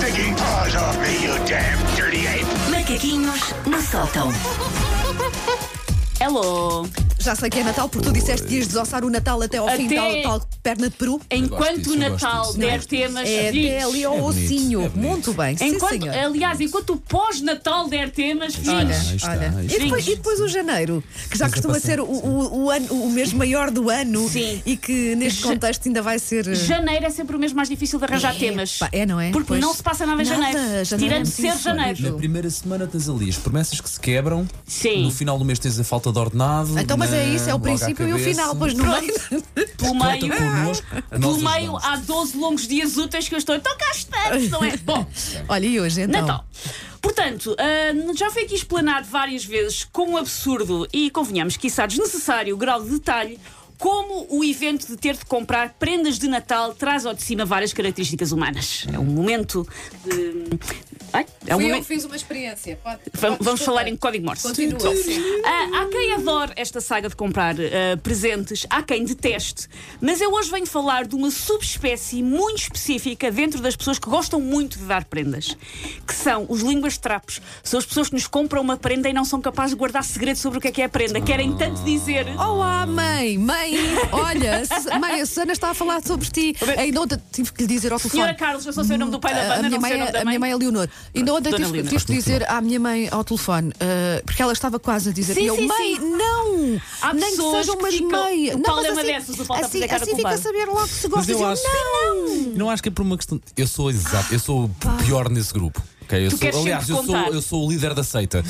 taking paws off me, you damn dirty ape! Macaquinhos no sótão. Hello! Já sei que é Natal, porque tu disseste que ias desossar o Natal até ao fim, Até- É, tal, tal perna de peru. Enquanto disso, o eu Natal gosto disso. der temas É até fixes. ali ao É bonito, ossinho. é bonito. Muito bem, sim, Enquanto, é senhor. aliás, enquananto o pós-Natal der temas É Olha, fixes. está, olha. aí E, depois, está. e depois o janeiro, que já Mas é costuma ser o, o, o ano, o mês maior do ano Sim. e que neste Ja- contexto ainda vai ser. eh, Janeiro é sempre o mês mais difícil de arranjar É, temas. pá, é, não é? Porque Pois. não se passa nada em Nada, janeiro. janeiro é tirando muito ser janeiro. insólito. Na primeira semana tens ali as promessas que se quebram. Sim. No final do mês tens a falta de ordenado. Então, mas é na- isso, é o logo à princípio e o cabeça. final, pois não é? Pelo Conta meio, connosco. pelo nós meio ajudamos. há 12 longos dias úteis que eu estou. Então cá estamos, não é? Bom, Olha, e hoje então? Natal. Portanto, ah, já foi aqui explanado várias vezes como absurdo e, convenhamos, que isso há desnecessário grau de detalhe. Como o evento de ter de comprar prendas de Natal traz ao de cima várias características humanas. É um momento de. Ai, é um Fui eu momento. que fiz uma experiência. Pode- Vam- pode, Vamos desculpa. falar em código Morse. Continua. sim. Ah, há quem adore esta saga de comprar ah, presentes, há quem deteste, mas eu hoje venho falar de uma subespécie muito específica dentro das pessoas que gostam muito de dar prendas, que são os línguas trapos. São as pessoas que nos compram uma prenda e não são capazes de guardar segredo sobre o que é que é a prenda. Querem tanto dizer. Olá, mãe! Mãe, olha, S- mãe, a Susana está a falar sobre ti. Ainda ontem tive que lhe dizer ao telefone. Senhora Carlos, eu sou o seu nome do pai da A- banda, a minha não mãe, sei o nome é- da a mãe. minha mãe é Leonor. Ainda ontem Dona tive, Leonor. tive que dizer à minha mãe ao telefone, ah, porque ela estava quase a dizer. Sim, e eu, sim, mãe, sim. não! Há nem que pessoas sejam que umas ficam- meia. o Não, Paulo mas é uma assim, dessas, o Paulo está a assim, fazer cara assim com o fica a Paulo. saber logo se Mas gosta. eu Eu, acho- não! Não acho que é por uma questão. Eu sou exato, eu sou o pior nesse grupo. ok? Eu Tu queres sou, aliás, sempre eu sou, contar. eu sou o líder da seita.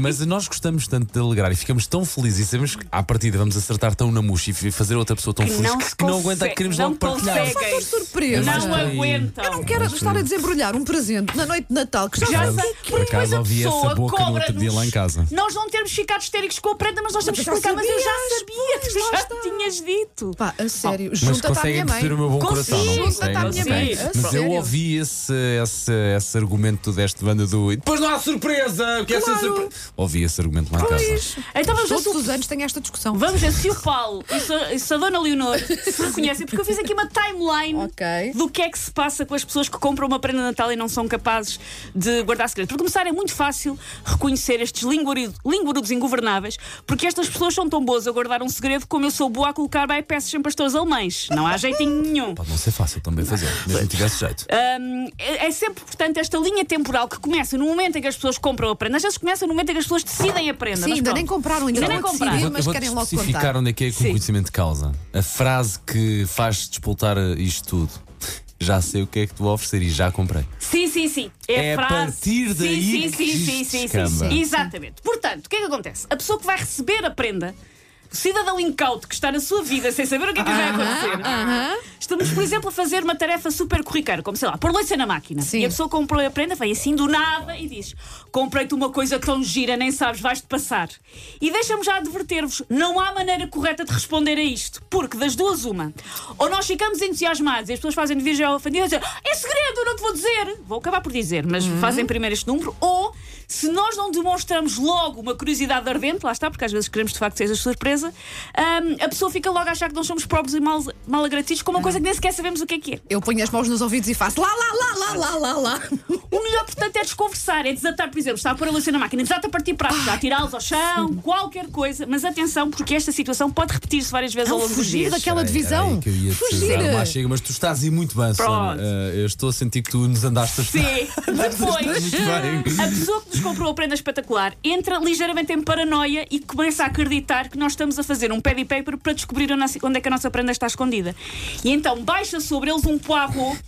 Mas nós gostamos tanto de alegrar e ficamos tão felizes e sabemos que à partida vamos acertar tão na murcha e fazer outra pessoa tão Que feliz não que, se que não consegue, aguenta que queremos não logo partilhar. consegue. Fator É surpresa. mais Não por aí. aguentam. Eu é não quero estar a desembrulhar um presente na noite de Natal, que já, Já sei sei, o que porque é. depois acaso a ouvi essa pessoa boca no outro cobra-nos. dia lá em casa. Nós não termos ficado histéricos com a prenda, mas nós temos que Mas já explicar, mas eu já sabias, sabia, pois, tu lá já está. tinhas dito. Pá, a sério, Oh, Mas junta-te à minha conseguem mãe. perceber o meu bom Consigo, coração. não mas conseguem, tá a minha conseguem. mãe. A Mas eu sério. ouvi esse, esse, esse argumento deste banda do. E depois não há surpresa! O que é essa Claro. surpresa? Ouvi esse argumento lá em casa. Então vamos Todos ver, os anos tem esta discussão. vamos ver se o Paulo e se a- e se a Dona Leonor se reconhecem, porque eu fiz aqui uma timeline Ok. do que é que se passa com as pessoas que compram uma prenda de Natal e não são capazes de guardar segredo. Para começar, é muito fácil reconhecer estes linguarudos, linguarudos ingovernáveis, porque estas pessoas são tão boas a guardar um segredo como eu sou boa a colocar bypasses em pastores alemães. Não há jeitinho nenhum. Pode não ser fácil também fazer, mesmo que tivesse jeito. Ah, Hum, é é sempre, portanto, esta linha temporal que começa no momento em que as pessoas compram a prenda. Às vezes começa no momento em que as pessoas decidem a prenda. Sim, mas ainda pronto. nem compraram, Ainda ainda, não nem a decidir, compraram. mas querem logo especificar contar. onde é que é com Sim. conhecimento de causa. A frase que faz disputar isto tudo. Já sei o que é que te vou oferecer e já comprei. Sim, sim, sim. É, É a frase. partir daí sim, sim, que sim, isto sim, sim, sim, descamba. sim. Exatamente. Portanto, o que é que acontece? A pessoa que vai receber a prenda, o cidadão incauto que está na sua vida sem saber o que é que vai acontecer. Estamos, por exemplo, a fazer uma tarefa super curricular, como sei lá, pôr leite na máquina. Sim. E a pessoa comprou a prenda, vem assim do nada e diz: Comprei-te uma coisa tão gira, nem sabes, vais-te passar. E deixa-me já adverter-vos: não há maneira correta de responder a isto. Porque das duas, uma. Ou nós ficamos entusiasmados e as pessoas fazem de virgem ao ofendido e dizem: É segredo, eu não te vou dizer. Vou acabar por dizer, mas fazem primeiro este número. Ou, se nós não demonstramos logo uma curiosidade ardente, lá está, porque às vezes queremos de facto seja surpresa, hum, a pessoa fica logo a achar que nós somos próprios e mal, mal agradecidos com uma coisa que nem sequer sabemos o que é que é. Eu ponho as mãos nos ouvidos e faço lá, lá, lá, lá, lá, lá, lá. O melhor, portanto, é desconversar, é desatar, por exemplo, está a pôr a louça na máquina, desata a partir pratos, já tirá-los ao chão, qualquer coisa, mas atenção, porque esta situação pode repetir-se várias vezes ao Não longo dos É um fugir dias. daquela divisão. que eu ia Fugir. Mas, chega, mas tu estás aí muito bem, Sónia. Pronto. Eh, eu estou a sentir que tu nos andaste a Sim, É, depois. Muito bem. A pessoa que nos comprou a prenda espetacular entra ligeiramente em paranoia e começa a acreditar que nós estamos a fazer um paddy paper para descobrir onde a- onde é que a nossa prenda está escondida. E então baixa sobre eles um poirot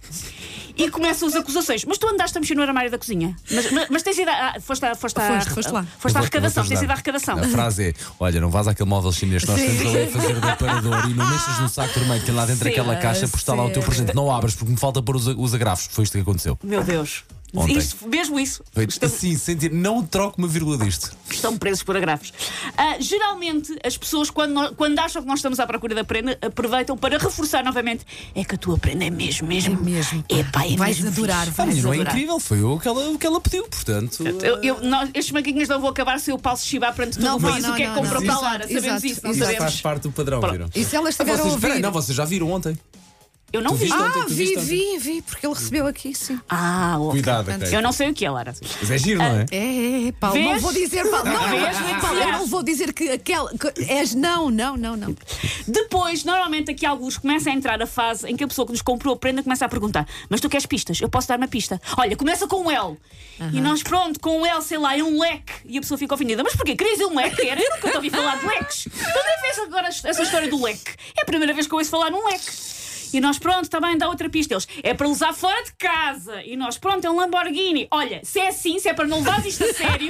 e começam as acusações. Mas tu andaste a mexer no armário da cozinha. Mas, mas, mas tens ido. a- ah, foste, à, foste, à- Foste, foste lá. Foste à Eu vou- arrecadação, vou-te tens ido à ajudar. arrecadação. A frase é: olha, não vás àquele móvel chinês, nós Sim. estamos ali a fazer de aparador e não mexas no saco vermelho, tem lá dentro Sim. aquela caixa, porque está lá o teu presente, não abras, porque me falta pôr os, os agrafos. Foi isto que aconteceu. Meu Deus. Ontem. Isto, mesmo isso. Foi Estamos- assim, sentir, não troco uma vírgula disto. estão presos por agrafos. Ah, geralmente, as pessoas, quando, nó- quando acham que nós estamos à procura da prenda, aproveitam para reforçar novamente. É que a tua prenda é mesmo, mesmo. É mesmo, pá. Epá, é Vais mesmo adorar, fixe. Ah, vais mas não é adorar. incrível, foi o que ela, o que ela pediu, portanto. Eu, eu- nós- estes macaquinhos não vão acabar sem o Paulo se chibar perante todo Não o vão, país não, o que é que não, comprou não. para a Lara. Exato, Sabemos isso, não exato. Isso faz sabemos. parte do padrão, viram? E se elas Ah, estiveram a vocês, ouvir? peraí, não, vocês já viram ontem. Eu não Tu vi. viste ontem? Ah, tu vi, viste ontem? vi, vi, porque ele recebeu aqui, sim. Ah, ok. Cuidado, ok. Eu não sei o que ela era. Mas é giro, não é? É, é, é, Paulo, não Vês? vou dizer, Paulo, não, Vês? Paulo, eu não vou dizer que aquela. que és, não, não, não, não. Depois, normalmente aqui alguns começa a entrar a fase em que a pessoa que nos comprou a prenda começa a perguntar: Mas tu queres pistas? Eu posso dar uma pista. Olha, começa com um L. E nós, pronto, com um L, sei lá, é um leque. E a pessoa fica ofendida: Mas porquê? Querias dizer um leque? Era eu nunca te ouvi falar de leques. Toda vez agora essa história do leque. É a primeira vez que eu ouço falar num leque. E nós, pronto, está bem, dá outra pista. Eles, é para usar fora de casa. E nós, pronto, é um Lamborghini. Olha, se é assim, se é para não levar isto a sério,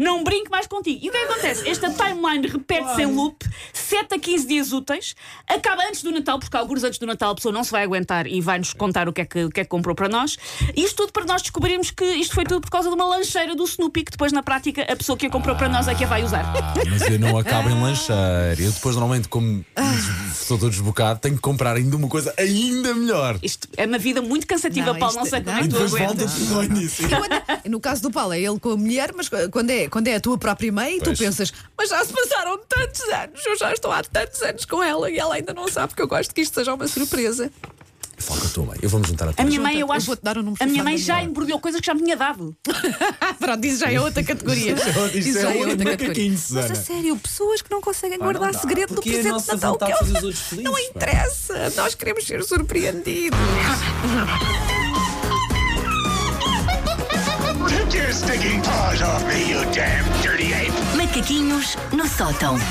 não brinco mais contigo. E o que é que acontece? Esta timeline repete-se em loop, 7 a 15 dias úteis, acaba antes do Natal, porque alguns antes do Natal a pessoa não se vai aguentar e vai-nos contar o que, é que, o que é que comprou para nós. Isto tudo para nós descobrirmos que isto foi tudo por causa de uma lancheira do Snoopy, que depois na prática a pessoa que a comprou para nós é que a vai usar. Ah, mas eu não acabo em lancheira. Eu depois, normalmente, como Ah. des- sou todo desbocado, tenho que comprar ainda uma coisa ainda melhor. Isto é uma vida muito cansativa, Não, Paulo. Não isto- sei como é não, que tu Depois aguentas. volta tudo ao início. Quando- no caso do Paulo, é ele com a mulher, mas quando é, quando é a tua própria mãe, Pois. tu pensas, mas já se passaram tantos anos, eu já estou há tantos anos com ela e ela ainda não sabe que eu gosto que isto seja uma surpresa. Fala com a tua mãe. Eu vou-me juntar a A tua. minha Junta-te, mãe, eu eu acho. vou-te dar o número a minha mãe telefone da já embrulhou coisas que já me tinha dado. Ah, pronto, isso já é outra categoria. Isto é outro macaquinho, Mas a Susana. sério, pessoas que não conseguem guardar dá, segredo do porque é a presente de nossa Natal. vontade que de eu- fazer os outros felizes, não é pá. interessa, nós queremos ser surpreendidos. Take your stinking paws off me, you damn dirty ape! Macaquinhos no sótão.